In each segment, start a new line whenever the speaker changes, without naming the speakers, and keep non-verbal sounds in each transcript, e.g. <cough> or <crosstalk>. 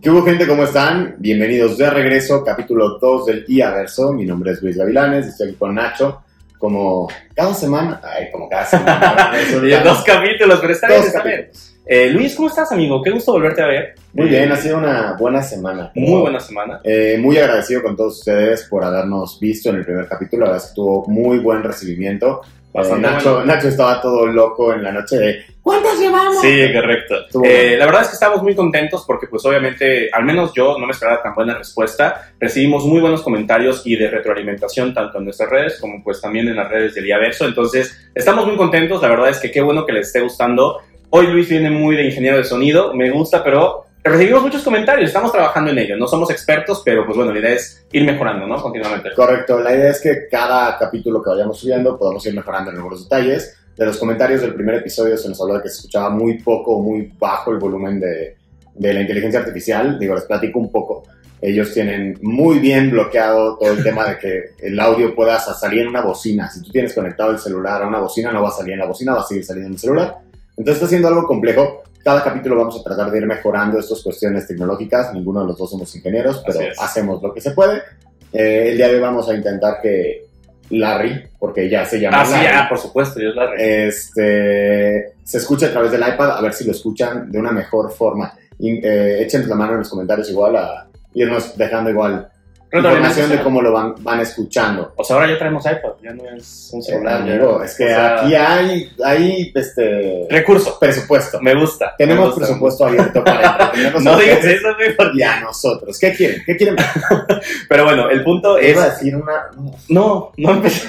¿Qué hubo gente? ¿Cómo están? Bienvenidos de regreso, capítulo 2 del Iaverso. Mi nombre es Luis Gavilanes, estoy aquí con Nacho. Como cada semana, ay, como cada
<laughs>
semana.
Dos capítulos, pero está bien,
Dos
está bien.
capítulos.
Eh, Luis, ¿cómo estás, amigo? Qué gusto volverte a ver.
Muy
Eh,
bien, ha sido una buena semana.
Muy buena semana.
Eh, muy agradecido con todos ustedes por habernos visto en el primer capítulo. La verdad es que tuvo muy buen recibimiento.
Bastante
Eh, Nacho,
bueno.
Nacho estaba todo loco en la noche de ¿Cuántos llevamos?
Sí, correcto.
Estuvo
Eh,
bueno.
la verdad es que estamos muy contentos porque, pues, obviamente, al menos yo no me esperaba tan buena respuesta. Recibimos muy buenos comentarios y de retroalimentación tanto en nuestras redes como, pues, también en las redes del Iaverso. Entonces, estamos muy contentos. La verdad es que qué bueno que les esté gustando. Hoy Luis viene muy de ingeniero de sonido. Me gusta, pero recibimos muchos comentarios. Estamos trabajando en ello. No somos expertos, pero, pues, bueno, la idea es ir mejorando, ¿no? Continuamente.
Correcto, la idea es que cada capítulo que vayamos subiendo podamos ir mejorando en algunos detalles. De los comentarios del primer episodio se nos habló de que se escuchaba muy poco, muy bajo el volumen de, de la inteligencia artificial. Digo, les platico un poco. Ellos tienen muy bien bloqueado todo el <laughs> tema de que el audio pueda sa- salir en una bocina. Si tú tienes conectado el celular a una bocina, no va a salir en la bocina, va a seguir saliendo en el celular. Entonces está siendo algo complejo. Cada capítulo vamos a tratar de ir mejorando estas cuestiones tecnológicas. Ninguno de los dos somos ingenieros, pero
Así es.
hacemos lo que se puede. Eh, el día de hoy vamos a intentar que Larry, porque ya se llama
Ah, sí,
Larry,
ah, por supuesto, yo
Eh,
la re-
este, se escuche a través del iPad, a ver si lo escuchan de una mejor forma. Y, eh, échenos la mano en los comentarios igual a irnos dejando igual información de cómo lo van, van escuchando.
O sea, Pues ahora ya traemos iPad, ya no es un celular. ya-
Eh, Amigo, es que
o sea,
aquí hay, hay este,
Recurso,
presupuesto.
me gusta.
Tenemos
me gusta.
presupuesto abierto
<laughs>
para entretenernos a
No digas
ustedes
eso, güey, porque-
Y a nosotros. ¿Qué quieren? ¿Qué quieren?
Pero bueno, el punto es...
Iba a decir una, un
No, no empecé.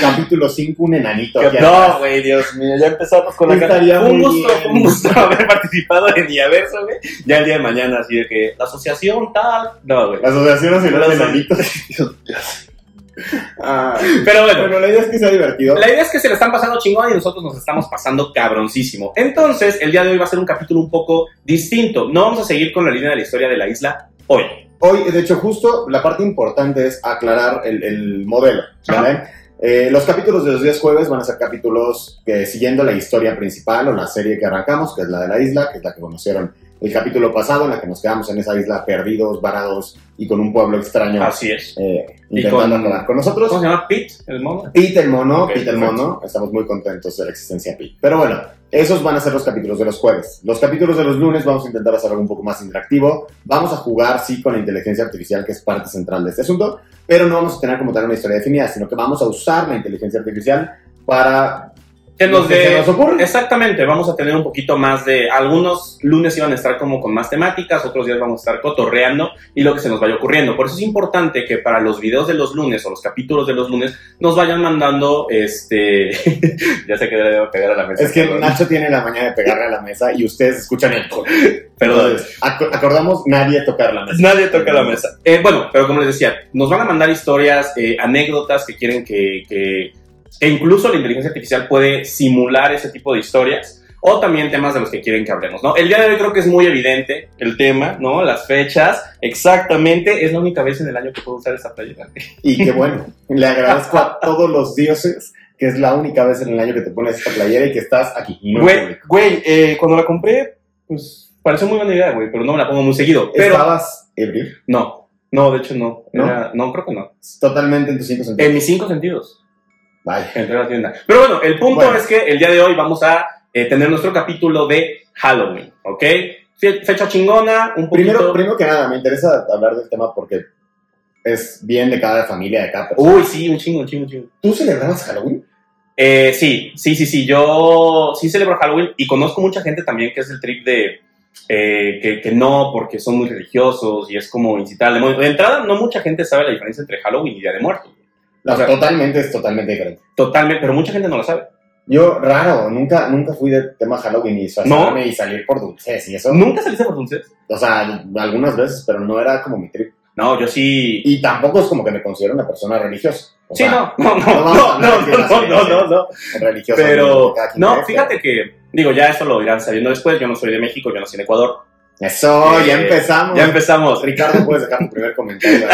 capítulo 5, un enanito. aquí atrás.
No, güey, Dios mío, ya empezamos con la cara.
Estaría
Fue Un
muy
gusto,
bien.
fue un gusto <laughs> haber participado en Iaverso, güey. Ya el día de mañana, así de que la asociación tal... No, güey.
La Asociación Nacional de
Las-
Enanitos.
<laughs>
Ah,
Pero bueno,
bueno, la idea es que sea divertido.
La idea es que se le están pasando chingón y nosotros nos estamos pasando cabroncísimo. Entonces, el día de hoy va a ser un capítulo un poco distinto. No vamos a seguir con la línea de la historia de la isla hoy.
Hoy, de hecho, justo la parte importante es aclarar el, el modelo. ¿vale? Eh, los capítulos de los días jueves van a ser capítulos que, siguiendo la historia principal o la serie que arrancamos, que es la de la isla, que es la que conocieron el capítulo pasado, en la que nos quedamos en esa isla perdidos, varados y con un pueblo extraño
Así es.
eh,
Ah, Y
intentando
con-
acabar con nosotros.
¿Cómo se llama? Pete, el mono.
Pete el mono,
Ok,
Pete el
perfecto.
mono, estamos muy contentos de la existencia de Pete. Pero bueno, esos van a ser los capítulos de los jueves. Los capítulos de los lunes vamos a intentar hacer algo un poco más interactivo. Vamos a jugar, sí, con la inteligencia artificial, que es parte central de este asunto, pero no vamos a tener como tal una historia definida, sino que vamos a usar la inteligencia artificial para
Que
lo
nos
que se
dé...
nos ocurre.
Exactamente, vamos a tener un poquito más de... Algunos lunes iban a estar como con más temáticas, otros días vamos a estar cotorreando y lo que se nos vaya ocurriendo. Por eso es importante que para los videos de los lunes o los capítulos de los lunes nos vayan mandando este... <laughs> ya sé que le debo pegar a la mesa.
Es que
perdón.
Nacho tiene la mañana de pegarle a la mesa y ustedes escuchan el...
Perdón.
Entonces, ac- acordamos nadie tocar la mesa.
Pues Nadie toca la mesa. Eh, bueno, pero como les decía, nos van a mandar historias, eh, anécdotas que quieren que, que, que incluso la inteligencia artificial puede simular ese tipo de historias o también temas de los que quieren que hablemos, ¿no? El día de hoy creo que es muy evidente el tema, ¿no? Las fechas, exactamente. Es la única vez en el año que puedo usar esa playera.
Y qué bueno. Le agradezco a todos los dioses que es la única vez en el año que te pones esta playera y que estás aquí. No en
Güey,
público.
güey eh, cuando la compré, pues pareció muy buena idea, güey, pero no me la pongo muy seguido. Pero
Estabas ebrio,
no, no, de hecho no.
¿No?
Era- no, creo que no.
totalmente en tus cinco sentidos.
En mis cinco sentidos.
Vaya.
Entré a la tienda. Pero bueno, el punto
Bueno.
es que el día de hoy vamos a eh, tener nuestro capítulo de Halloween, ¿ok? Fe- Fecha chingona, un poquito...
Primero, primero que nada, me interesa hablar del tema porque es bien de cada familia, de cada persona.
Uy, sí, un chingo, un chingo, un chingo.
¿Tú celebrabas Halloween?
Eh, sí, sí, sí, sí, yo sí celebro Halloween y conozco mucha gente también que es el trip de... eh, que, que no, porque son muy religiosos y es como incitar al demonio. De entrada, no mucha gente sabe la diferencia entre Halloween y Día de Muertos.
No,
O sea-
totalmente, es totalmente diferente.
Totalmente, pero mucha gente no lo sabe.
Yo, raro, nunca, nunca fui de tema Halloween y disfrazarme y salir por dulces y eso.
¿Nunca saliste por dulces?
O sea, algunas veces, pero no era como mi trip.
No, yo sí...
Y tampoco es como que me considero una persona religiosa. O
Sí,
sea,
no, no, no,
no vamos a
no,
hablar
no,
de las
no, no, no, no.
religioso.
Pero,
de cada quien
no,
cree,
fíjate que, digo, ya eso lo irán sabiendo después. Yo no soy de México, yo nací en Ecuador.
pero- Eso, ya
Eh,
empezamos.
Ya empezamos.
Ricardo, puedes dejar tu primer
<laughs>
comentario.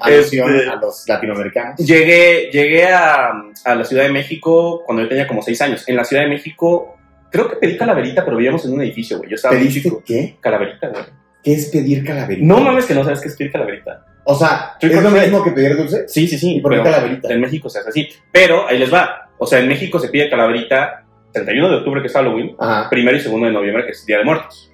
Alusión
Este-
a los latinoamericanos.
Llegué, llegué a, a la Ciudad de México cuando yo tenía como seis años. En la Ciudad de México Creo que pedí calaverita, pero vivíamos en un edificio, güey. Yo estaba muy
¿Pediste
chico.
qué?
Calaverita, güey.
¿Qué es pedir calaverita?
No mames que no sabes qué es pedir calaverita.
O sea,
Estoy
¿es lo
consciente.
mismo que pedir dulce?
Sí, sí, sí.
¿Y por qué
pero
calaverita?
En México se hace así. Pero ahí les va. O sea, en México se pide calaverita 31 de octubre, que es Halloween,
Ajá.
primero y segundo de noviembre, que es Día de Muertos.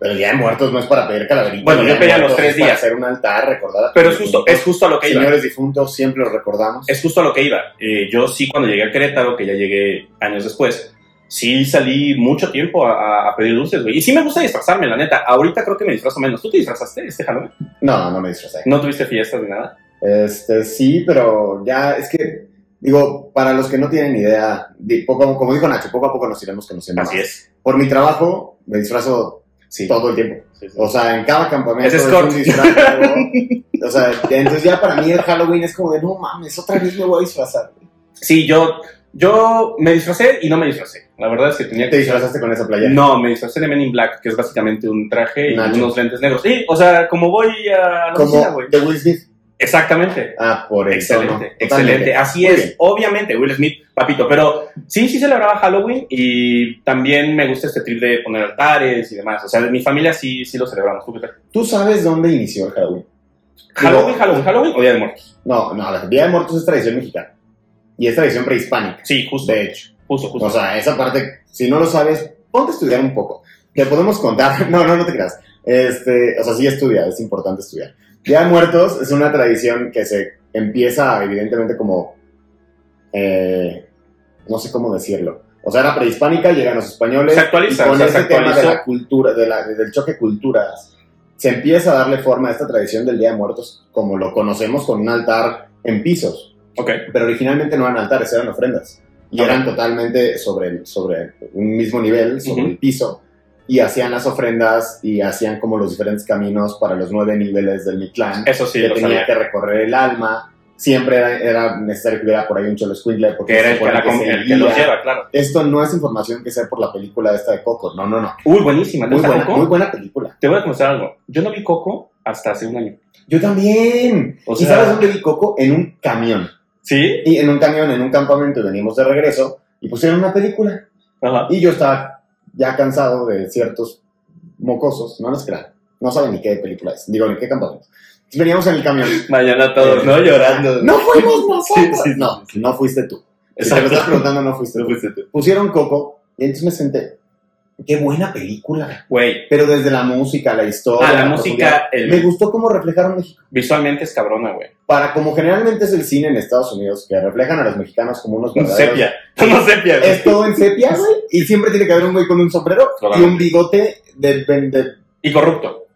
Pero el Día de Muertos no es para pedir calaverita.
Bueno,
El
yo
Día de
pedí a los
Muertos
tres
es para
días.
hacer un altar, recordar.
Pero es justo, es justo a lo que iba.
Señores difuntos, siempre los recordamos.
es justo a lo que iba. Eh, yo sí, cuando llegué a Querétaro, que ya llegué años después, sí salí mucho tiempo a, a- a pedir dulces, güey. Y sí me gusta disfrazarme, la neta. Ahorita creo que me disfrazo menos. ¿Tú te disfrazaste este Halloween?
No, no me disfrazé.
¿No tuviste fiestas ni nada?
Este, sí, pero ya es que, digo, para los que no tienen idea, di- poco, como dijo Nacho, poco a poco nos iremos conociendo
Así
más.
es.
Por mi trabajo, me disfrazo
Sí.
todo el tiempo.
Sí, sí.
O sea, en cada campamento
Es Scott.
un disfraz nuevo. O sea, ya- entonces ya para mí el Halloween es como de, no mames, otra vez me voy a disfrazar.
Sí, yo, yo me disfracé y no me disfracé. La verdad es que tenía
Te
que...
disfrazaste con esa playera.
No, me disfracé de Men in Black, que es básicamente un traje y
Nacho.
unos lentes negros. Sí, o sea, como voy a la oficina,
Como
güey.
de Will Smith.
Exactamente.
Ah, por el
Excelente,
tono.
excelente.
Totalmente.
Así
Muy
es,
bien.
obviamente, Will Smith, papito. Pero sí, sí celebraba Halloween y también me gusta este trip de poner altares y demás. O sea, mi familia sí, sí lo celebramos. ¿Tú qué tal?
¿Tú sabes dónde inició el Halloween?
Halloween, Halloween, Halloween o Día de Muertos.
No, no, la Día de Muertos es tradición mexicana. Y es tradición prehispánica,
Sí, justo,
de hecho.
justo, justo.
O sea, esa parte, si no lo sabes, ponte a estudiar un poco. Te podemos contar. <laughs> No, no, no te creas. Este, o sea, sí estudia, es importante estudiar. Día de Muertos es una tradición que se empieza, evidentemente, como. eh, no sé cómo decirlo. O sea, era prehispánica, llegan los españoles.
Se actualiza,
y con
o sea, se
ese tema de
actualizó.
la cultura, de la- del choque de culturas, se empieza a darle forma a esta tradición del Día de Muertos, como lo conocemos, con un altar en pisos
ok,
pero originalmente no eran altares, eran ofrendas. Y
Ok.
eran totalmente sobre, el- sobre un mismo nivel, sobre
Ujú.
el piso. Y hacían las ofrendas y hacían como los diferentes caminos para los nueve niveles del Mictlán
eso sí,
que
lo
tenía
sabía.
que recorrer el alma. Siempre era, era necesario que hubiera por ahí un cholo escuincle porque
Que era
se
el que,
supone
la
que
com-
se
el que los
guía.
lleva, claro.
Esto no es información que sea por la película esta de Coco. No, no, no.
Uy, buenísima. ¿No
Muy
está
buena,
Coco?
muy buena película.
Te voy a confesar algo. Yo no vi Coco hasta hace un año.
Yo también.
O
¿Y
sea-
sabes dónde vi Coco? En un camión.
¿Sí?
Y en un camión, en un campamento, y venimos de regreso y pusieron una película.
Ajá.
Y yo estaba ya cansado de ciertos mocosos, no nos crean, no saben ni qué película es, digo, ni qué campamento. Entonces, veníamos en el camión. Eh,
Mañana todos, ¿no? Llorando.
No fuimos nosotros.
Sí, sí, sí.
no, no fuiste tú. Si te lo
Exacto.
estás preguntando, no fuiste
No
tú.
fuiste tú.
Pusieron Coco y entonces me senté. Qué buena película.
Güey,
Pero desde la música, la historia.
Ah, la
profundidad.
música, el-
Me gustó cómo reflejaron México.
visualmente es cabrona, güey.
Para como generalmente es el cine en Estados Unidos, que reflejan a los mexicanos como unos
<laughs> Un
verdaderos
sepia. No sepia. güey.
es todo en sepia, güey. Y siempre tiene que haber un güey con un sombrero
Claro.
y un bigote de, de- de-
Y corrupto.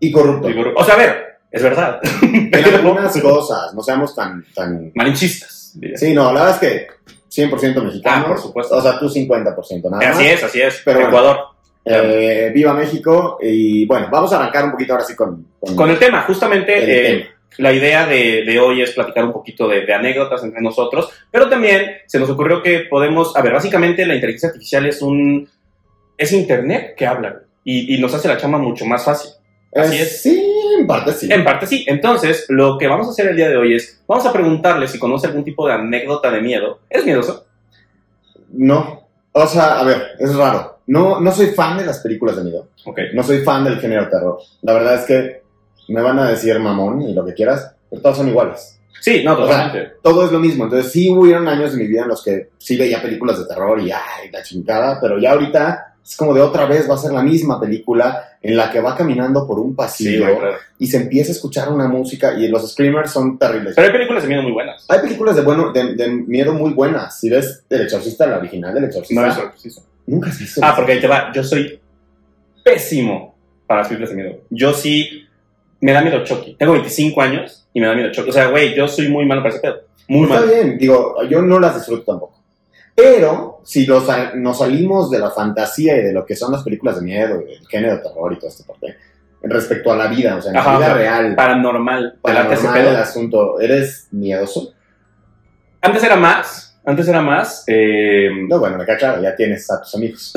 y corrupto.
y corrupto. O sea, a ver, es verdad.
En
<laughs>
algunas cosas, no seamos tan, tan...
Malinchistas. diría.
Sí, no, la verdad es que 100% mexicano.
Ah, por supuesto.
O sea, tú 50% nada más.
así es, así es.
Pero bueno.
Ecuador.
Eh, viva México. Y bueno, vamos a arrancar un poquito ahora sí con... con-
Con el tema, justamente
El
eh, la idea de, de hoy es platicar un poquito de, de anécdotas entre nosotros, pero también se nos ocurrió que podemos, a ver, básicamente la inteligencia artificial es un, es internet que habla güey, y, y nos hace la chamba mucho más fácil.
Eh,
así es. Em
Sí, en parte sí.
En parte sí. Entonces, lo que vamos a hacer el día de hoy es, vamos a preguntarle si conoce algún tipo de anécdota de miedo. ¿Es miedoso?
No. O sea, a ver, es raro. No, no soy fan de las películas de miedo.
Ok.
No soy fan del género terror. La verdad es que me van a decir mamón y lo que quieras, pero todas son iguales.
Sí, no,
O sea,
totalmente.
todo es lo mismo. Entonces, sí hubieron años de mi vida en los que sí veía películas de terror y ay, la chingada, pero ya ahorita es como de otra vez va a ser la misma película en la que va caminando por un
sí,
pasillo
güey, claro.
y se empieza a escuchar una música y los screamers son terribles.
Pero hay películas de miedo muy buenas.
Hay películas de, bueno, de, de miedo muy buenas. Si ves El Exorcista, la original del Exorcista,
No, eso, sí, sí.
nunca has visto.
Ah, porque ahí te va. Yo soy pésimo para las películas de miedo. Yo sí me da miedo Chucky. Tengo 25 años y me da miedo Chucky. O sea, güey, yo soy muy malo para ese pedo. Muy
Está
malo.
bien, digo, yo no las disfruto tampoco. Pero si los sa- nos salimos de la fantasía y de lo que son las películas de miedo y del género de terror y toda esta parte, respecto a la vida, o sea, en
Ajá,
la vida
ajá.
real,
Paranormal. ¿Te late ese
paranormal
pedo?
el asunto, ¿eres miedoso?
Antes era más. Antes era más. eh,
No, bueno, me queda claro, ya tienes a tus amigos.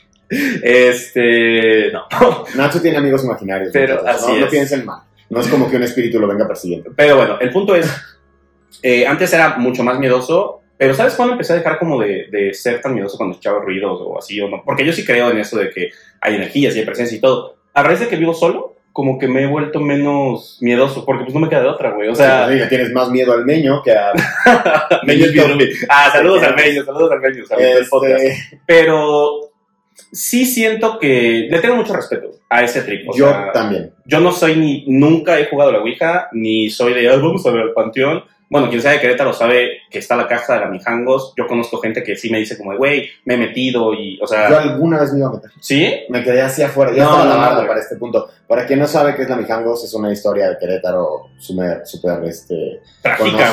<laughs> este. No. <laughs>
Nacho tiene amigos imaginarios,
Pero
entonces,
así
no, no
es.
piensen mal. No es como que un espíritu lo venga persiguiendo.
Pero bueno, el punto es. eh, antes era mucho más miedoso. Pero ¿sabes cuándo empecé a dejar como de, de ser tan miedoso cuando escuchaba ruidos o así o no? Porque yo sí creo en eso de que hay energías y hay presencia y todo. A raíz de que vivo solo, como que me he vuelto menos miedoso, porque pues no me queda de otra, güey. O sea,
Sí, pues, oiga, tienes más miedo al meño que
<laughs>
a...
Meño es
Meñito.
Piruli. Ah, saludos al Meño, saludos al Meño, saludos al podcast.
Este,
Pero sí siento que le tengo mucho respeto a ese trip. o
yo
sea,
también.
yo no soy ni, nunca he jugado a la Ouija, ni soy de, "Ay, vamos a ver al Panteón. Bueno, quien sea de Querétaro sabe que está la casa de la Mijangos. Yo conozco gente que sí me dice como, de, güey, me he metido y, o sea,
Yo alguna vez me iba a meter.
¿sí?
Me quedé así afuera. Yo
No,
estaba
no,
la
no,
marda
güey.
para este punto. Para quien no sabe qué es la Mijangos, es una historia de Querétaro súper, súper, este,
Trágica,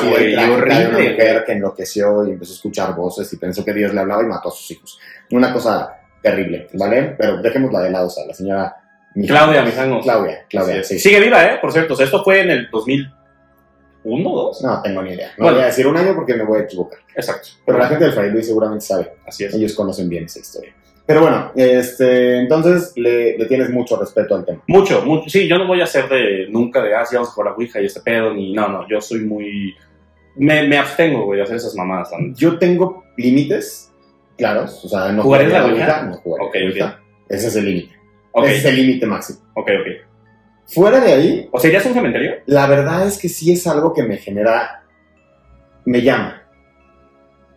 conocida y
güey,
trágica de una
horrible.
mujer que enloqueció y empezó a escuchar voces y pensó que Dios le hablaba y mató a sus hijos. Una cosa terrible, ¿vale? Pero dejémosla de lado, o sea, la señora Mijangos.
Claudia Mijangos.
Claudia, Claudia,
Así
sí.
es. Sigue viva, ¿eh? Por cierto, o sea, esto fue en el 2001, 2.
No tengo ni idea. No
Bueno.
voy a decir un año porque me voy a equivocar.
Exacto.
Pero la gente del Fray Luis seguramente sabe.
Así es.
Ellos conocen bien esa historia. Pero bueno, este, entonces le, le tienes mucho respeto al tema.
Mucho, mucho. Sí, yo no voy a ser de nunca de, ah, sí, vamos a jugar a la Ouija y este pedo, ni, no, no, yo soy muy... Me, me abstengo, güey, de hacer esas mamadas. la neta.
Yo tengo límites claros, o sea, no
¿Jugarías la
jugaría
Ouija?
No jugaría
Ok,
la Ouija. Ese es el límite.
Ok,
Ese es el límite máximo.
ok, ok.
Fuera de ahí,
¿O sea, irías a un cementerio?
la verdad es que sí es algo que me genera, me llama.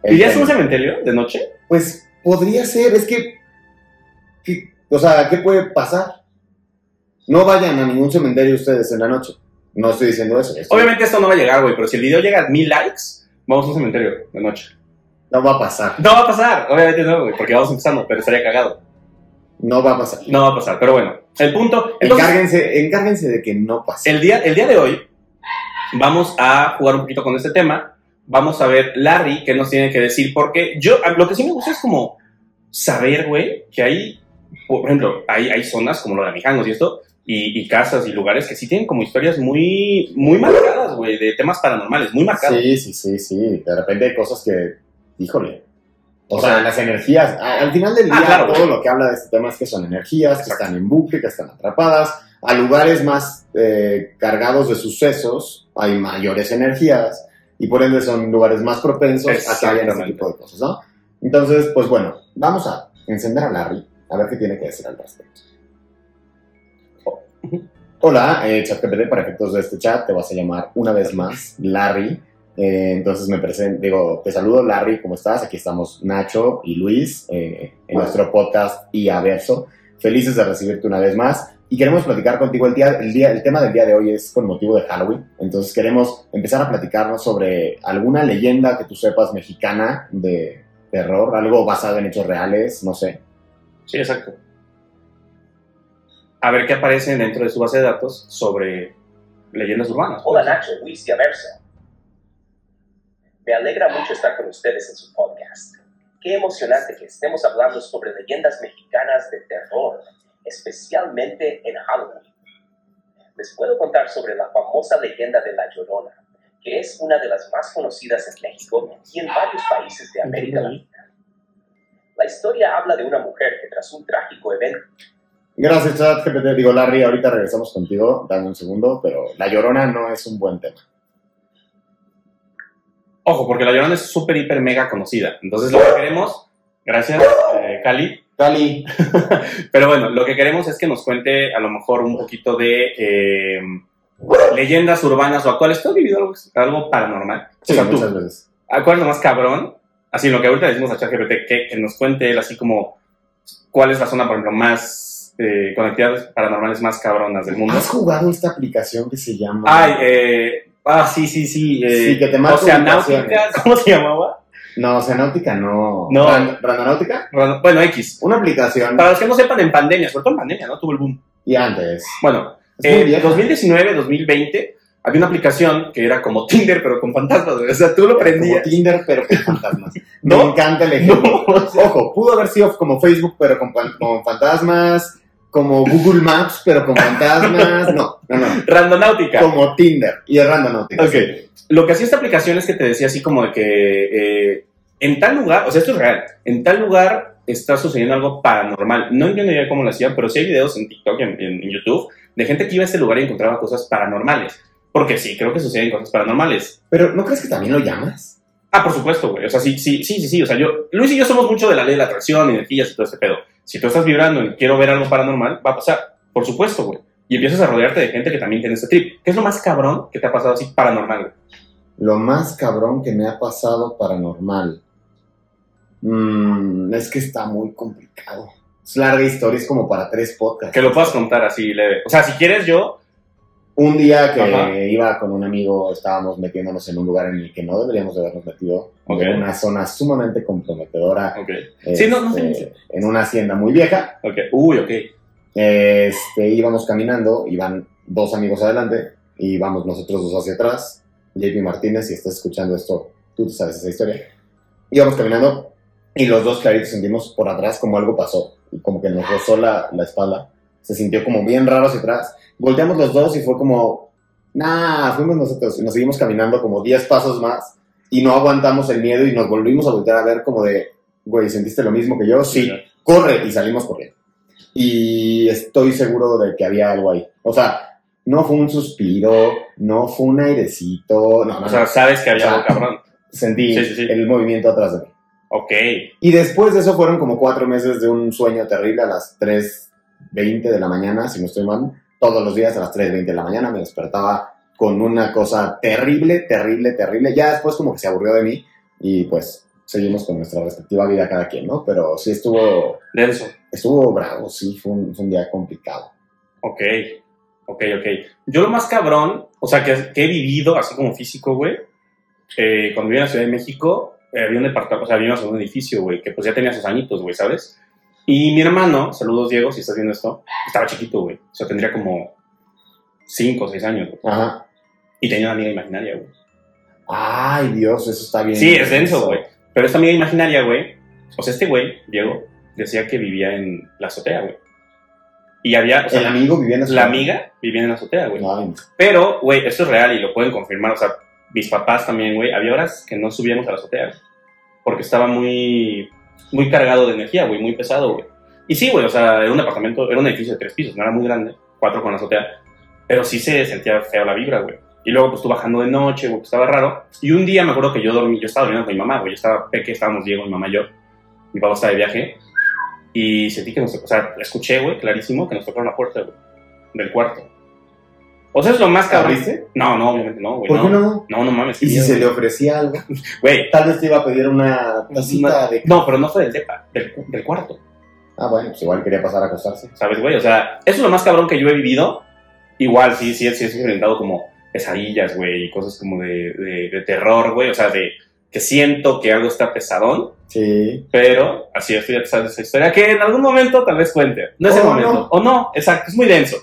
El
¿Irías a un
tema.
cementerio de noche?
Pues podría ser, es que, que- o sea, ¿qué puede pasar? No vayan a ningún cementerio ustedes en la noche. No estoy diciendo eso. estoy-
Obviamente esto no va a llegar, güey, pero si el video llega a mil likes, vamos a un cementerio de noche.
No va a pasar.
No va a pasar, obviamente no, güey, porque vamos empezando, pero estaría cagado.
No va a pasar.
No va a pasar, pero bueno. El punto... Entonces,
encárguense, encárguense de que no pase.
El día, el día de hoy vamos a jugar un poquito con este tema. Vamos a ver Larry qué nos tiene que decir, porque yo a- lo que sí me gusta es como saber, güey, que hay, por ejemplo, hay, hay zonas como lo de Mijangos y esto, y, y casas y lugares que sí tienen como historias muy, muy marcadas, güey, de temas paranormales, muy marcadas.
Sí, sí, sí, sí. De repente hay cosas que, híjole. O,
O
sea,
sea,
las energías. a- Al final del
Ah,
día,
claro,
todo
güey.
lo que habla de este tema es que son energías,
Exacto.
que están en bucle, que están atrapadas. A lugares más eh, cargados de sucesos hay mayores energías y por ende son lugares más propensos a que hayan ese
Exactamente.
tipo de cosas, ¿no? Entonces, pues bueno, vamos a encender a Larry a ver qué tiene que decir al respecto. Oh. Hola, eh, ChatGPT, para efectos de este chat, te vas a llamar una vez más Larry. Eh, entonces me presento, digo, te saludo Larry, ¿cómo estás? Aquí estamos Nacho y Luis eh, en nuestro podcast y Averso. Felices de recibirte una vez más y queremos platicar contigo el día, el día, el tema del día de hoy es con motivo de Halloween. Entonces queremos empezar a platicarnos sobre alguna leyenda que tú sepas mexicana de terror, algo basado en hechos reales, no sé.
Sí, exacto. A ver qué aparece dentro de su base de datos sobre leyendas urbanas.
Hola Nacho, Luis y Averso. Me alegra mucho estar con ustedes en su podcast. Qué emocionante que estemos hablando sobre leyendas mexicanas de terror, especialmente en Halloween. Les puedo contar sobre la famosa leyenda de La Llorona, que es una de las más conocidas en México y en varios países de América Latina. La historia habla de una mujer que tras un trágico evento
Gracias, ChatGPT. Digo, Larry, ahorita regresamos contigo, dame un segundo, pero la llorona no es un buen tema.
Ojo, porque la Llorona es súper, hiper, mega conocida. Entonces, lo que queremos, gracias, eh, Cali.
Cali.
Pero bueno, lo que queremos es que nos cuente a lo mejor un poquito de eh, leyendas urbanas o actuales. ¿Tú has vivido algo, algo paranormal?
Sí,
o sea,
muchas
tú,
veces.
¿a ¿cuál es lo más cabrón? Así, lo que ahorita le decimos a ChatGPT, que, que nos cuente él así como cuál es la zona, por ejemplo, más eh, con actividades paranormales más cabronas del mundo.
¿Has jugado esta aplicación que se llama?
Ay, eh, ah, sí, sí, sí. Eh,
Sí, que te marca
Oceanáutica,
ubicaciones.
<laughs> ¿cómo se llamaba?
No, Oceanáutica no.
No. Ah.
Ran- Randonáutica.
Bueno, X.
Una aplicación.
Para los que no sepan, en pandemia, sobre todo en pandemia, ¿no? Tuvo el boom.
Y antes.
Bueno, eh,
Es muy
en
vieja.
2019, 2020, había una aplicación que era como Tinder, pero con fantasmas. güey. O sea, tú lo
Como
prendías.
Tinder, pero con
<laughs>
fantasmas.
No.
Me encanta el ejemplo. Ojo, pudo haber sido como Facebook, pero con, fan- con fantasmas. Como Google Maps, pero con fantasmas. No, no, no.
Randonáutica.
Como Tinder. Y es Randonáutica.
Ok. Lo que hacía esta aplicación es que te decía así como de que eh, en tal lugar, o sea, esto es real, en tal lugar está sucediendo algo paranormal. No entiendo ya cómo lo hacían, pero sí hay videos en TikTok y en, en- en YouTube de gente que iba a este lugar y encontraba cosas paranormales. Porque sí, creo que suceden cosas paranormales.
Pero ¿no crees que también lo llamas?
Ah, por supuesto, güey. O sea, sí, sí, sí, sí, sí. O sea, yo, Luis y yo somos mucho de la ley de la atracción, energías y todo ese pedo. Si tú estás vibrando y quiero ver algo paranormal, va a pasar. Por supuesto, güey. Y empiezas a rodearte de gente que también tiene ese trip. ¿Qué es lo más cabrón que te ha pasado así paranormal, güey?
Lo más cabrón que me ha pasado paranormal. Mm, es que está muy complicado. Es larga historia, es como para tres podcasts.
Que lo puedas contar así leve. O sea, si quieres yo,
Un día que
Ajá.
iba con un amigo, estábamos metiéndonos en un lugar en el que no deberíamos de habernos metido.
Ok.
En una zona sumamente comprometedora.
ok. Sí, no, no sé.
este, En una hacienda muy vieja.
Ok. Uy, ok.
Este, íbamos caminando, iban dos amigos adelante y íbamos nosotros dos hacia atrás. JP Martínez, si estás escuchando esto, tú te sabes esa historia. Íbamos caminando y los dos claritos sentimos por atrás como algo pasó, y como que nos rozó la, la espalda. Se sintió como bien raro hacia atrás. Volteamos los dos y fue como, nah, fuimos nosotros. Y nos seguimos caminando como 10 pasos más y no aguantamos el miedo y nos volvimos a voltear a ver como de, güey, ¿sentiste lo mismo que yo? Sí, corre y salimos corriendo. Y estoy seguro de que había algo ahí. O sea, no fue un suspiro, no fue un airecito, no, no,
O sea,
no.
sabes que había
O sea,
algo cabrón.
sentí
sí, sí, sí.
el movimiento atrás de mí.
Ok.
Y después de eso fueron como cuatro meses de un sueño terrible a las 3.20 de la mañana, si no estoy mal. Todos los días a las 3.20 de la mañana me despertaba con una cosa terrible, terrible, terrible. Ya después como que se aburrió de mí y pues seguimos con nuestra respectiva vida cada quien, ¿no? Pero sí estuvo,
Denso.
estuvo bravo, sí, fue un, fue un día complicado.
Ok, ok, ok. Yo lo más cabrón, o sea, que, que he vivido así como físico, güey, eh, cuando vivía en la Ciudad de México, eh, había un departamento, o sea, vivíamos en un edificio, güey, que pues ya tenía sus añitos, güey, ¿sabes? Y mi hermano, saludos Diego, si estás viendo esto, estaba chiquito, güey, o sea, tendría como 5 o 6 años, güey.
Ajá.
Y tenía una amiga imaginaria, güey.
Ay, Dios, eso está bien.
Sí, es denso, güey. Pero esta amiga imaginaria, güey, o sea, este güey, Diego, decía que vivía en la azotea, güey. Y había, o sea,
El amigo viviendo
la amiga vivía en la azotea, güey.
Ay,
Pero, güey, esto es real y lo pueden confirmar. O sea, mis papás también, güey. Había horas que no subíamos a la azotea. güey, Porque estaba muy, muy cargado de energía, güey. Muy pesado, güey. Y sí, güey, o sea, era un apartamento, era un edificio de tres pisos. No era muy grande. Cuatro con la azotea. Pero sí se sentía feo la vibra, güey. Y luego, pues, tú bajando de noche, güey, pues, estaba raro. Y un día me acuerdo que yo dormí, yo estaba durmiendo con mi mamá, güey. Yo estaba peque, estábamos Diego, mi mamá y yo. Mi papá estaba de viaje. Y sentí que nos, o sea, escuché, güey, clarísimo, que nos tocaron la puerta, güey, del cuarto. O sea, es lo más cabrón.
¿Abriste?
No, no, obviamente no, güey.
¿Por qué no?
No, no mames.
Y si
miedo,
se le ofrecía algo,
Güey.
tal vez te iba a pedir una tacita de...
No, pero no fue del depa, del, cu- del cuarto.
Ah, bueno, pues igual quería pasar a acostarse.
¿Sabes, güey? O sea, eso es lo más cabrón que yo he vivido. Igual, sí, sí, sí, he experimentado como pesadillas, güey, y cosas como de, de- de terror, güey. O sea, de que siento que algo está pesadón,
Sí.
pero así estoy ya te sabes esa historia que en algún momento tal vez cuente. No es el
O
momento.
Oh, no.
O no, exacto, es muy denso.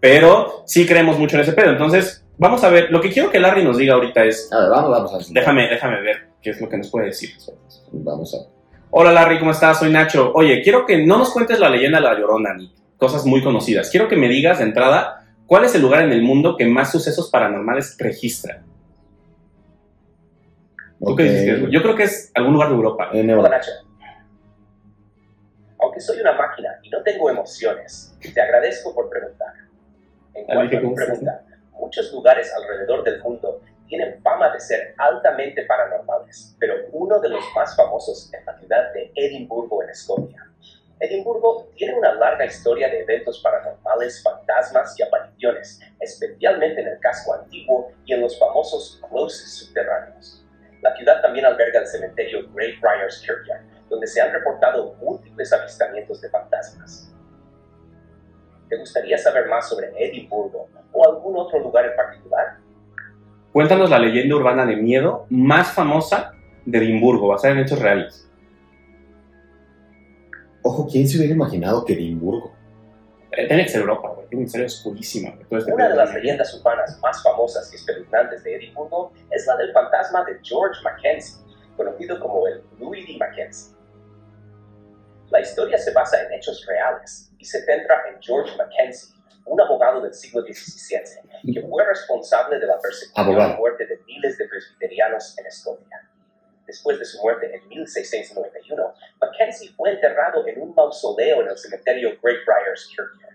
Pero sí creemos mucho en ese pedo. Entonces, vamos a ver. Lo que quiero que Larry nos diga ahorita es:
A ver, vamos, vamos a
déjame, déjame ver qué es lo que nos puede decir.
Vamos a.
Hola Larry, ¿cómo estás? Soy Nacho. Oye, quiero que no nos cuentes la leyenda de la llorona ni cosas muy conocidas. Quiero que me digas de entrada cuál es el lugar en el mundo que más sucesos paranormales registra. ¿Tú qué
Ok. Eh.
dices que es, güey? Yo creo que es algún lugar de Europa.
En
Hola,
Europa.
Nacho. Aunque soy una máquina y no tengo emociones, te agradezco por preguntar. En
Ah, dije,
cuanto a tu
¿cómo estás?
pregunta, muchos lugares alrededor del mundo tienen fama de ser altamente paranormales, pero uno de los más famosos es la ciudad de Edimburgo, en Escocia. Edimburgo tiene una larga historia de eventos paranormales, fantasmas y apariciones, especialmente en el casco antiguo y en los famosos closets subterráneos. La ciudad también alberga el cementerio Greyfriars Kirkyard, donde se han reportado múltiples avistamientos de fantasmas. ¿Te gustaría saber más sobre Edimburgo o algún otro lugar en particular?
Cuéntanos la leyenda urbana de miedo más famosa de Edimburgo, basada en hechos reales.
Ojo, ¿quién se hubiera imaginado que Edimburgo?
Eh, Tiene que ser Europa, güey. Tiene una historia oscurísima. güey. Todo este
Una de
pedo.
las leyendas urbanas más famosas y espeluznantes de Edimburgo es la del fantasma de George Mackenzie, conocido como el Louis D. Mackenzie. La historia se basa en hechos reales y se centra en George Mackenzie, un abogado del siglo XVII que fue responsable de la persecución
Abogado.
y muerte de miles de presbiterianos en Escocia. Después de su muerte en 1691, Mackenzie fue enterrado en un mausoleo en el cementerio Greyfriars Kirkyard.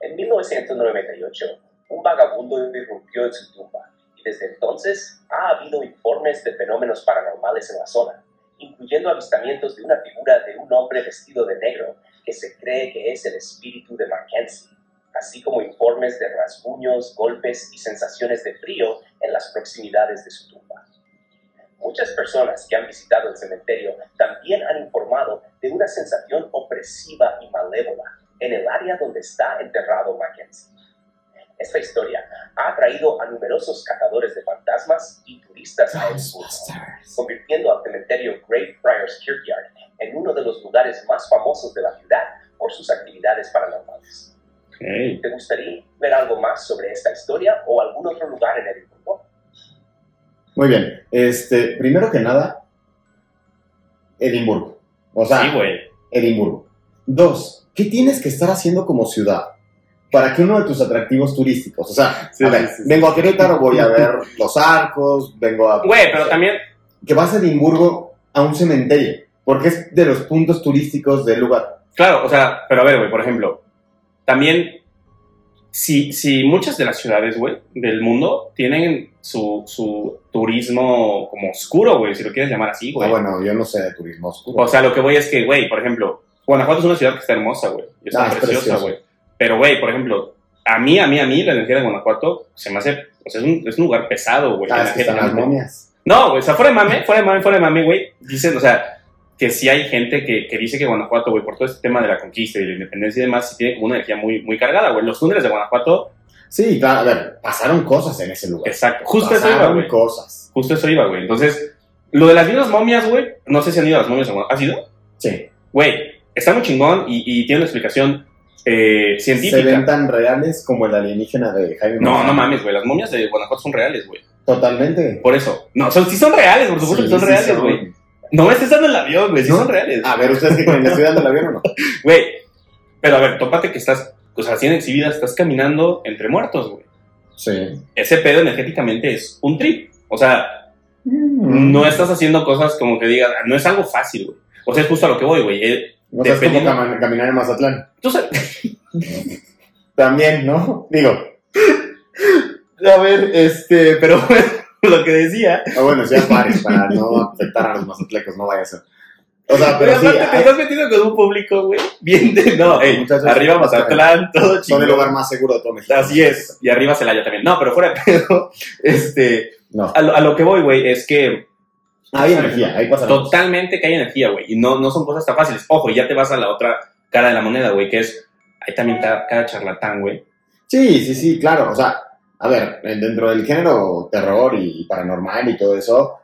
En 1998, un vagabundo irrumpió en su tumba y desde entonces ha habido informes informes de fenómenos paranormales en la zona, incluyendo avistamientos de una figura de un hombre vestido de negro que se cree que es el espíritu de Mackenzie, así como informes de rasguños, golpes y sensaciones de frío en las proximidades de su tumba. Muchas personas que han visitado el cementerio también han informado de una sensación opresiva y malévola en el área donde está enterrado Mackenzie. Esta historia ha atraído a numerosos cazadores de fantasmas y turistas a Edimburgo, convirtiendo al cementerio Great Friars Kirkyard en uno de los lugares más famosos de la ciudad por sus actividades paranormales.
Ok.
¿Te gustaría ver algo más sobre esta historia o algún otro lugar en Edimburgo?
Muy bien. Este, primero que nada, Edimburgo. O sea,
Sí, güey.
Edimburgo. Dos, ¿qué tienes que estar haciendo como ciudad para que uno de tus atractivos turísticos, o sea,
Sí,
a
sí,
ver,
sí, sí.
vengo a Querétaro, voy a
<laughs>
ver los arcos, vengo a...
Güey, pero también,
Que vas a Edimburgo a un cementerio, porque es de los puntos turísticos del lugar.
claro, o sea, pero a ver, güey, por ejemplo, también, si, si muchas de las ciudades, güey, del mundo tienen su, su turismo como oscuro, güey, si lo quieres llamar así, güey.
Ah, bueno, yo no sé de turismo oscuro.
O sea, lo que voy es que, güey, por ejemplo, Guanajuato es una ciudad que está hermosa, güey. y Está
Ah, es
preciosa,
precioso.
güey. Pero, güey, por ejemplo, a mí, a mí, a mí, la energía de Guanajuato se me hace. O sea, es un, es un lugar pesado, güey.
Ah, es que están las
energéticamente.
momias.
No, güey, o sea, fuera de mame, fuera de mame, fuera de mame, güey. Dicen, o sea, que sí hay gente que, que dice que Guanajuato, güey, por todo este tema de la conquista y la independencia y demás, sí tiene como una energía muy, muy cargada, güey. Los túneles de Guanajuato,
Sí, claro, a ver, pasaron cosas en ese lugar.
exacto. Justo eso iba,
pasaron
güey.
cosas.
Justo eso iba, güey. Entonces, lo de las mismas momias, güey, no sé si han ido a las momias a Guanajuato. ¿Has ido?
Sí,
güey, está muy chingón y, y tiene una explicación eh,
se ven
científica.
tan reales como el alienígena de Jaime
No,
Maussan.
no mames, güey, las momias de Guanajuato son reales, güey.
Totalmente.
Por eso. No, son, sí son reales, por supuesto
Sí,
que
sí
son reales,
son.
güey. No me estés dando el avión, güey, sí
No.
son reales.
A ver, ¿ustedes qué creen? ¿Le estoy dando la avión o no?
Güey, pero a ver, tópate que estás, o sea, así en exhibida, estás caminando entre muertos, güey.
Sí.
Ese pedo energéticamente es un trip. O sea,
Mm.
no estás haciendo cosas como que digas, "Ah, no es algo fácil, güey. O sea, es justo a lo que voy, güey. Eh,
O sea, es como
dependiendo-
cam- caminar en Mazatlán.
Tú sabes,
También, ¿no? Digo. A ver, este, pero <laughs>
lo que decía.
Ah, bueno, si es pares, para no afectar a los mazatlecos, no vaya a ser. O sea,
Pero
pero sí,
aparte te
ah,
estás metiendo con un público, güey. Bien
<laughs>
de. No, ey,
Muchas gracias.
arriba Mazatlán, todo
son el
chido.
lugar más seguro de todo México.
Así es. Y arriba Celaya también. No, pero fuera de pedo. <laughs> Este.
No,
A lo, a lo que voy, güey, es que
hay energía, ahí pasa.
totalmente que hay energía, güey. Y no, no son cosas tan fáciles. Ojo, y ya te vas a la otra cara de la moneda, güey, que es. Ahí también está cada charlatán, güey.
Sí, sí, sí, claro. O sea, a ver, eh, dentro del género terror y paranormal y todo eso,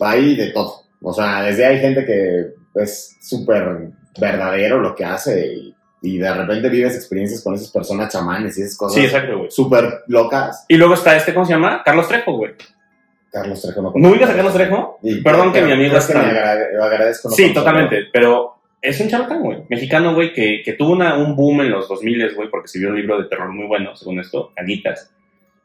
hay de todo. O sea, desde hay gente que es súper verdadero lo que hace y, y de repente vives experiencias con esas personas chamanes y esas
Sí,
cosas
exacto, güey.
súper locas.
Y luego está este, ¿cómo se llama? Carlos Trejo, güey.
Carlos Trejo no
¿No ubicas a Carlos Trejo?
Y-
Perdón que
pero
mi amigo
creo que
está-
me agrade- lo agradezco. no
Sí,
conocerlo.
totalmente, pero es un charlatán, güey. Mexicano, güey, que, que tuvo una, un boom en los 2000, güey, porque escribió un libro de terror muy bueno, según esto, Canitas.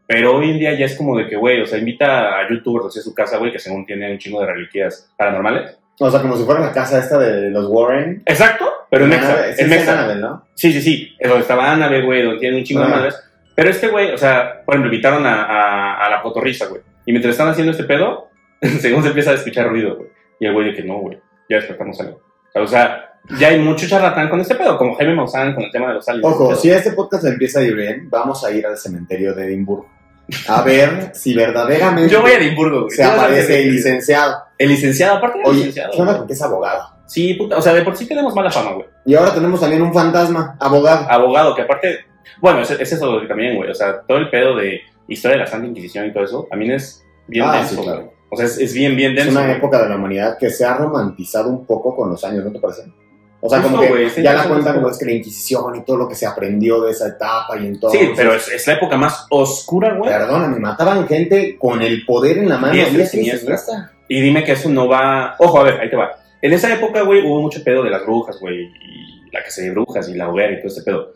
Pero hoy en día ya es como de que, güey, o sea, invita a youtubers hacia su casa, güey, que según tiene un chingo de reliquias paranormales.
O sea, como si fuera la casa esta de los Warren. Ah,
Exacto, pero en Mexa.
Annabelle- sí,
en
sí,
Mexa.
Annabelle, ¿no?
Sí, sí, sí. Es donde estaba Annabelle, güey, donde tiene un chingo de
Ah.
madres. Pero este güey, o sea, por ejemplo, invitaron a, a, a la cotorriza, güey. Y mientras están haciendo este pedo, <laughs> según se empieza a escuchar ruido, güey. Y el güey de que no, güey, ya despertamos algo. O sea, ya hay mucho charlatán con este pedo, como Jaime Maussan con el tema de los aliens.
Ojo,
Pero-
si este podcast empieza a ir bien, vamos a ir al cementerio de Edimburgo. A ver si verdaderamente
Yo voy a Edimburgo, güey.
se
Tú vas a
aparece el
Edimburgo.
licenciado.
El licenciado, aparte del
Oye,
licenciado.
¿qué onda
güey.
con que es abogado?
Sí, puta, o sea, de por sí tenemos mala fama, güey.
Y ahora tenemos también un fantasma, abogado.
Abogado, que aparte, bueno, es, es eso también, güey. O sea, todo el pedo de historia de la Santa Inquisición y todo eso, también es bien
Ah,
denso,
sí, claro.
güey. O sea, es, es bien, bien
Es
denso.
una
güey.
época de la humanidad que se ha romantizado un poco con los años, ¿no te parece? O sea,
Justo,
como que
güey, sí,
ya
sí,
la
sí,
cuentan
sí.
como es que la Inquisición y todo lo que se aprendió de esa etapa y entonces...
Sí, pero es, es la época más oscura, güey.
Perdóname, mataban gente con el poder en la mano.
Diestra y
diestra y
siniestra.
siniestra.
Y dime que eso no va. Ojo, a ver, ahí te va. En esa época, güey, hubo mucho pedo de las brujas, güey, y la casa de brujas y la hoguera y todo este pedo.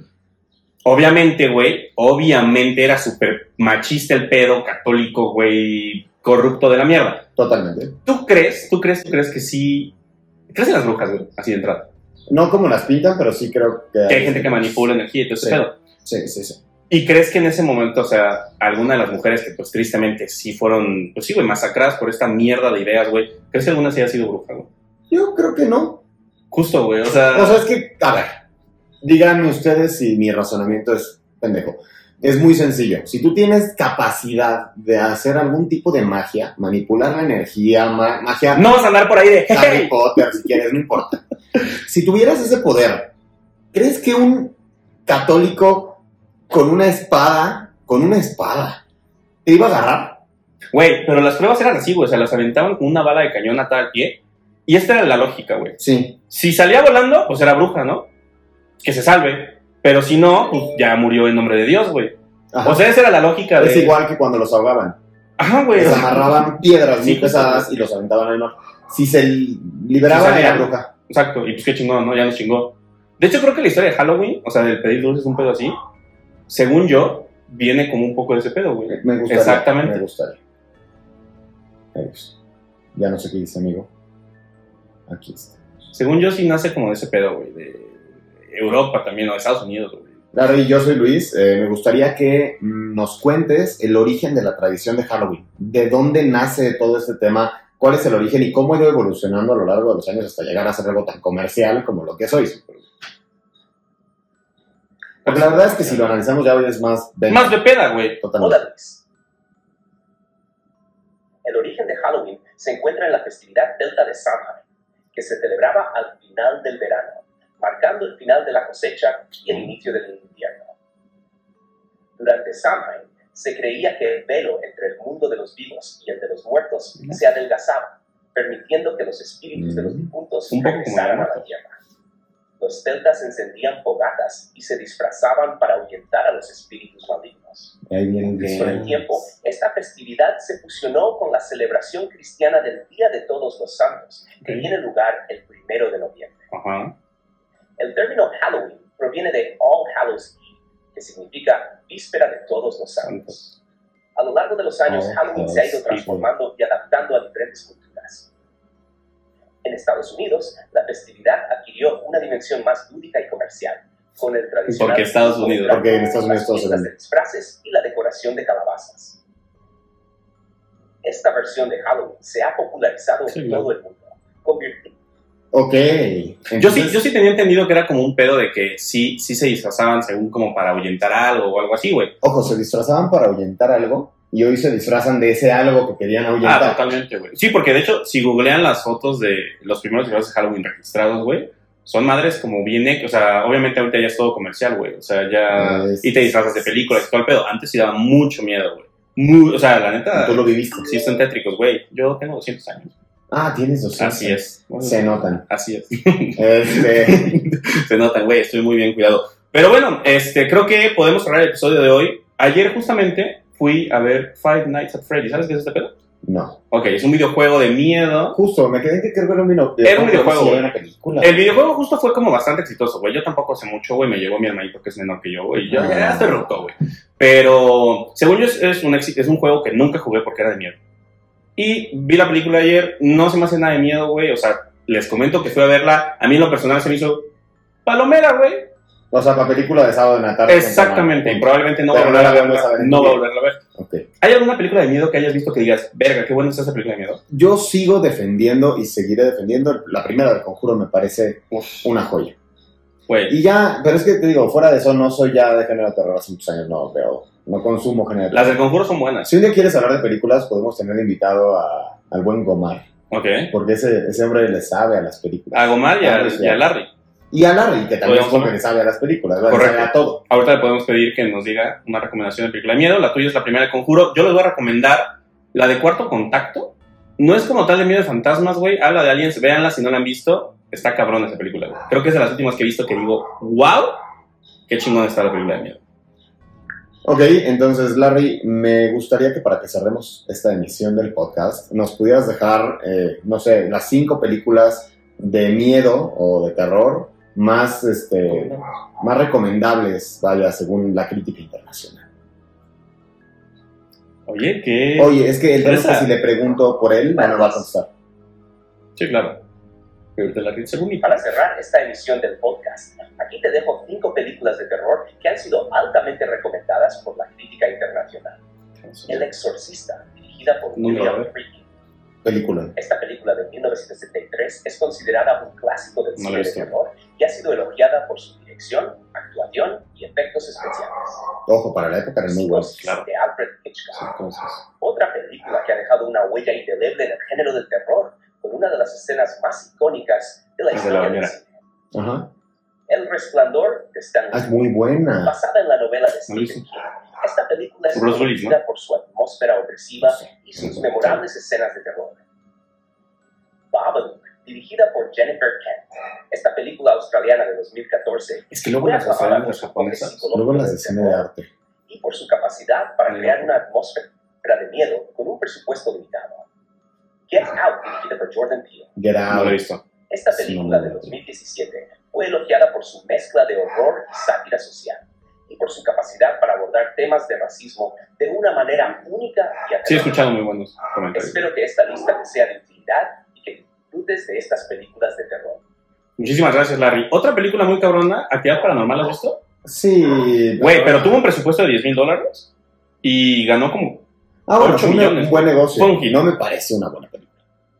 Obviamente, güey, obviamente era súper machista el pedo, católico, güey, corrupto de la mierda.
Totalmente.
¿Tú crees, tú crees, tú crees que sí? ¿Crees en las brujas, güey? Así de entrada.
No como las pintan, pero sí creo que...
Que hay gente que manipula energía y todo ese
Sí.
pedo.
Sí, sí, sí.
¿Y crees que en ese momento, o sea, alguna de las mujeres que pues tristemente sí fueron, pues sí, güey, masacradas por esta mierda de ideas, güey, ¿crees que alguna sí haya sido bruja, güey?
Yo creo que no.
Justo, güey, o sea...
O sea, es que, a ver, díganme ustedes si mi razonamiento es pendejo. Es muy sencillo. Si tú tienes capacidad de hacer algún tipo de magia, manipular la energía, ma- magia
no vas a andar por ahí de...
Harry
"Hey".
Potter, si quieres, no importa. Si tuvieras ese poder, ¿crees que un católico con una espada, con una espada, te iba a agarrar?
Güey, pero las pruebas eran así, güey, o sea, las aventaban con una bala de cañón atada al pie. Y esta era la lógica, güey.
Sí.
Si salía volando, pues era bruja, ¿no? Que se salve. Pero si no, pues ya murió en nombre de Dios, güey.
Ajá.
O sea, esa era la lógica de...
es igual que cuando los ahogaban.
Ajá, güey.
Les
o sea,
amarraban piedras
Pues, Sí,
muy pesadas y los aventaban al mar. Si se li- liberaban
Si
de la
salían.
bruja.
Exacto, y pues qué chingón, ¿no? Ya nos chingó. De hecho, creo que la historia de Halloween, o sea, del pedir dulces, un pedo así, según yo, viene como un poco de ese pedo, güey.
Me gustaría.
Exactamente.
Me gustaría. Me gusta. Ya no sé qué dice, amigo. Aquí está.
Según yo, sí nace como de ese pedo, güey, de Europa también, o de Estados Unidos, güey.
Larry, yo soy Luis. Eh, me gustaría que mm, nos cuentes el origen de la tradición de Halloween. ¿De dónde nace todo este tema? ¿Cuál es el origen y cómo ha ido evolucionando a lo largo de los años hasta llegar a ser algo tan comercial como lo que es hoy?
Pues,
Porque la verdad es que si lo analizamos ya hoy es más... venta.
Más de peda, güey.
Totalmente.
Hola Luis. El origen de Halloween se encuentra en la festividad Delta de Samhain, que se celebraba al final del verano, marcando el final de la cosecha y el inicio del invierno. Durante Samhain se creía que el velo entre el mundo de los vivos y el de los muertos se adelgazaba, permitiendo que los espíritus de los difuntos
Un poco como
regresaran
la
a la tierra. Los deltas encendían fogatas y se disfrazaban para ahuyentar a los espíritus malignos.
Ahí vienen
Con el tiempo, esta festividad se fusionó con la celebración cristiana del Día de Todos los Santos, que
Ok.
tiene lugar el primero de noviembre.
Ajá.
El término Halloween proviene de All Hallows Eve, que significa Víspera de Todos los Santos. A lo largo de los años,
All
Halloween se ha ido
Hallows
transformando y adaptando a diferentes culturas. En Estados Unidos, la festividad adquirió una dimensión más lúdica y comercial, con el tradicional...
Porque Estados Unidos.
Porque en Estados Unidos todo se
las fiestas
vende.
de disfraces y la decoración de calabazas. Esta versión de Halloween se ha popularizado
Sí,
en
claro.
todo el mundo, convirtiendo
Ok.
Yo
Entonces,
sí, yo sí tenía entendido que era como un pedo de que sí, sí se disfrazaban según como para ahuyentar algo o algo así, güey.
Ojo, se disfrazaban para ahuyentar algo y hoy se disfrazan de ese algo que querían ahuyentar.
Ah, totalmente, güey. Sí, porque de hecho, si googlean las fotos de los primeros disfraces de Halloween registrados, güey, son madres como bien, ex- o sea, obviamente ahorita ya es todo comercial, güey. O sea, ya.
Es-
Y te disfrazas de películas y todo el pedo. Antes sí daba mucho miedo, güey. Muy, o sea, la neta.
Tú lo viviste.
Sí, están tétricos, güey. Yo tengo 200 años.
Ah, tienes dos.
Así es.
Se notan.
Así es. <laughs>
Este, <laughs>
Se notan, güey, estoy muy bien cuidado. Pero bueno, este, creo que podemos cerrar el episodio de hoy. Ayer justamente fui a ver Five Nights at Freddy's. ¿Sabes qué es este pedo?
no.
Ok, es un videojuego de miedo.
Justo, me quedé que creo que era un video-
Era un videojuego,
Sí,
güey.
era una película.
El videojuego justo fue como bastante exitoso, güey. Yo tampoco hace mucho, güey. Me llegó mi hermanito que es menor que yo, güey. y Yo
Ah.
ya estoy roto, güey. Pero según yo es, es un, exi- es un juego que nunca jugué porque era de miedo. Y vi la película ayer, no se me hace nada de miedo, güey. O sea, les comento que fui a verla. A mí en lo personal se me hizo palomera, güey.
O sea, para película de sábado en la tarde.
Exactamente, y
Con-
probablemente no va a
Pero
volver
no
a
la vamos
verla.
a ver.
No va a volverla a ver.
Ok.
¿Hay alguna película de miedo que hayas visto que digas, verga, qué buena es esa película de miedo?
Yo sigo defendiendo y seguiré defendiendo. La primera del conjuro me parece
Uf.
una joya.
Güey,
Y ya, pero es que te digo, fuera de eso, no soy ya de género de terror hace muchos años, no, pero no consumo género de terror.
las del conjuro son buenas.
Si un día quieres hablar de películas, podemos tener invitado a, al buen Gomar,
Ok.
porque ese, ese hombre le sabe a las películas.
A Gomar y a,
Ah, sí.
y a Larry.
Y a Larry, que también es un
Podemos-
hombre que sabe a las películas, ¿verdad?
Correcto.
sabe a todo.
Ahorita le podemos pedir que nos diga una recomendación de película de miedo. La tuya es la primera de conjuro. Yo les voy a recomendar la de cuarto contacto. No es como tal de miedo de fantasmas, güey. Habla de aliens, véanla si no la han visto. Está cabrón esa película, güey. Creo que es de las últimas que he visto que digo, wow, qué chingón está la película de miedo.
Ok, entonces Larry, me gustaría que para que cerremos esta emisión del podcast, nos pudieras dejar, eh, no sé, las cinco películas de miedo o de terror más, este, más recomendables, vaya, según la crítica internacional.
Oye, qué...
Oye, es que el tema es que
Esa.
si le pregunto por él, no me va a contestar.
Sí, claro. suscribirte a la red según
Para cerrar esta emisión del podcast, aquí te dejo cinco películas de terror que han sido altamente recomendadas por la crítica internacional. El Exorcista, dirigida por
Nunca la
William
veré.
Friedkin.
Película.
Esta película de 1973 es considerada un clásico del
No la he
cine de
visto.
terror y ha sido elogiada por su dirección, actuación y efectos especiales.
Ojo, para la época era muy bueno.
Psicosis
claro.
de Alfred Hitchcock.
Entonces,
Otra película que ha dejado una huella indeleble en el género del terror, con una de las escenas más icónicas de la
Es de
historia
la
del
bañera.
cine.
ajá.
El Resplandor de Stanley
Ah, es muy buena.
Basada en la novela de
No lo hizo.
Stephen King, esta película es
Bruce Willis,
conocida por su atmósfera opresiva y sus
Sí.
memorables escenas de terror. Babadook, dirigida por Jennifer Kent, esta película australiana de 2014
Es que luego
fue
las
aclamada por
australianas
su toque
japonesas.
psicológico
Luego las
del
de cine
terror
de arte.
y por su capacidad para
Muy
crear
bien.
una atmósfera de miedo con un presupuesto limitado. Get Out, dirigida por Jordan Peele,
Get
No lo he
Out.
visto.
esta
Sí,
película
muy
de
bien.
2017 fue elogiada por su mezcla de horror y sátira social y por su capacidad para abordar temas de racismo de una manera única y
Sí, he
atrevida.
escuchado muy buenos comentarios.
Espero que esta lista te sea de utilidad y que disfrutes de estas películas de terror.
Muchísimas gracias, Larry. Otra película muy cabrona, Actividad Paranormal, ¿has visto?
Sí.
Güey, pero tuvo un presupuesto de 10 mil dólares y ganó como...
Ah, bueno,
ocho
fue un-
millones.
un buen negocio.
Fue un hit.
No me parece una buena película.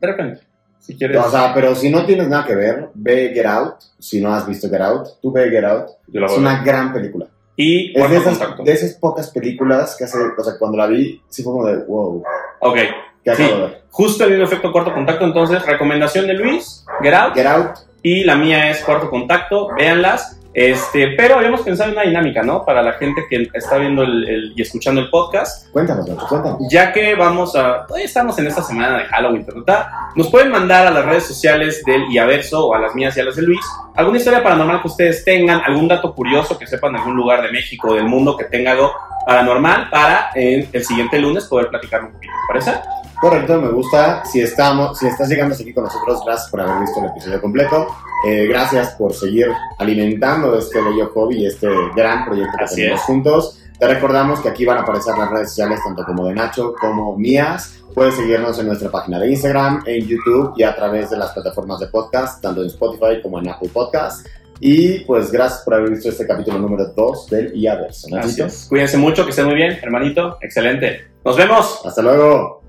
De repente, si quieres...
O sea, pero si no tienes nada que ver, ve Get Out. Si no has visto Get Out, tú ve Get Out.
yo la
Es
voy a ver.
una gran película.
Y
Es de
Cuarto
esas,
Contacto.
de esas pocas películas que hace, o sea, cuando la vi, sí fue como de, wow,
Ok,
¿qué acabo
Sí.
de ver?
justo el mismo efecto Cuarto Contacto, entonces, recomendación de Luis, Get Out,
Get Out,
y la mía es Cuarto Contacto, véanlas. Este, pero habíamos pensado en una dinámica, ¿no? Para la gente que está viendo el- el- y escuchando el podcast,
cuéntanos, Nacho, cuéntanos.
ya que vamos a, todavía estamos en esta semana de Halloween, ta, ta, ta, nos pueden mandar a las redes sociales del Iaverso o a las mías y a las de Luis alguna historia paranormal que ustedes tengan, algún dato curioso que sepan de algún lugar de México o del mundo que tenga algo paranormal para en el siguiente lunes poder platicar un poquito, ¿te parece?
Correcto, me gusta. Si estamos, si estás llegando hasta aquí con nosotros, gracias por haber visto el episodio completo. Eh, gracias por seguir alimentando este bello hobby y este gran proyecto que
Así
tenemos
es.
juntos. Te recordamos que aquí van a aparecer las redes sociales tanto como de Nacho como mías. Puedes seguirnos en nuestra página de Instagram, en YouTube y a través de las plataformas de podcast, tanto en Spotify como en Apple Podcast. Y pues gracias por haber visto este capítulo número 2 del IAVERSO. Nachito.
Cuídense mucho, que estén muy bien, hermanito, excelente. Nos vemos.
Hasta luego.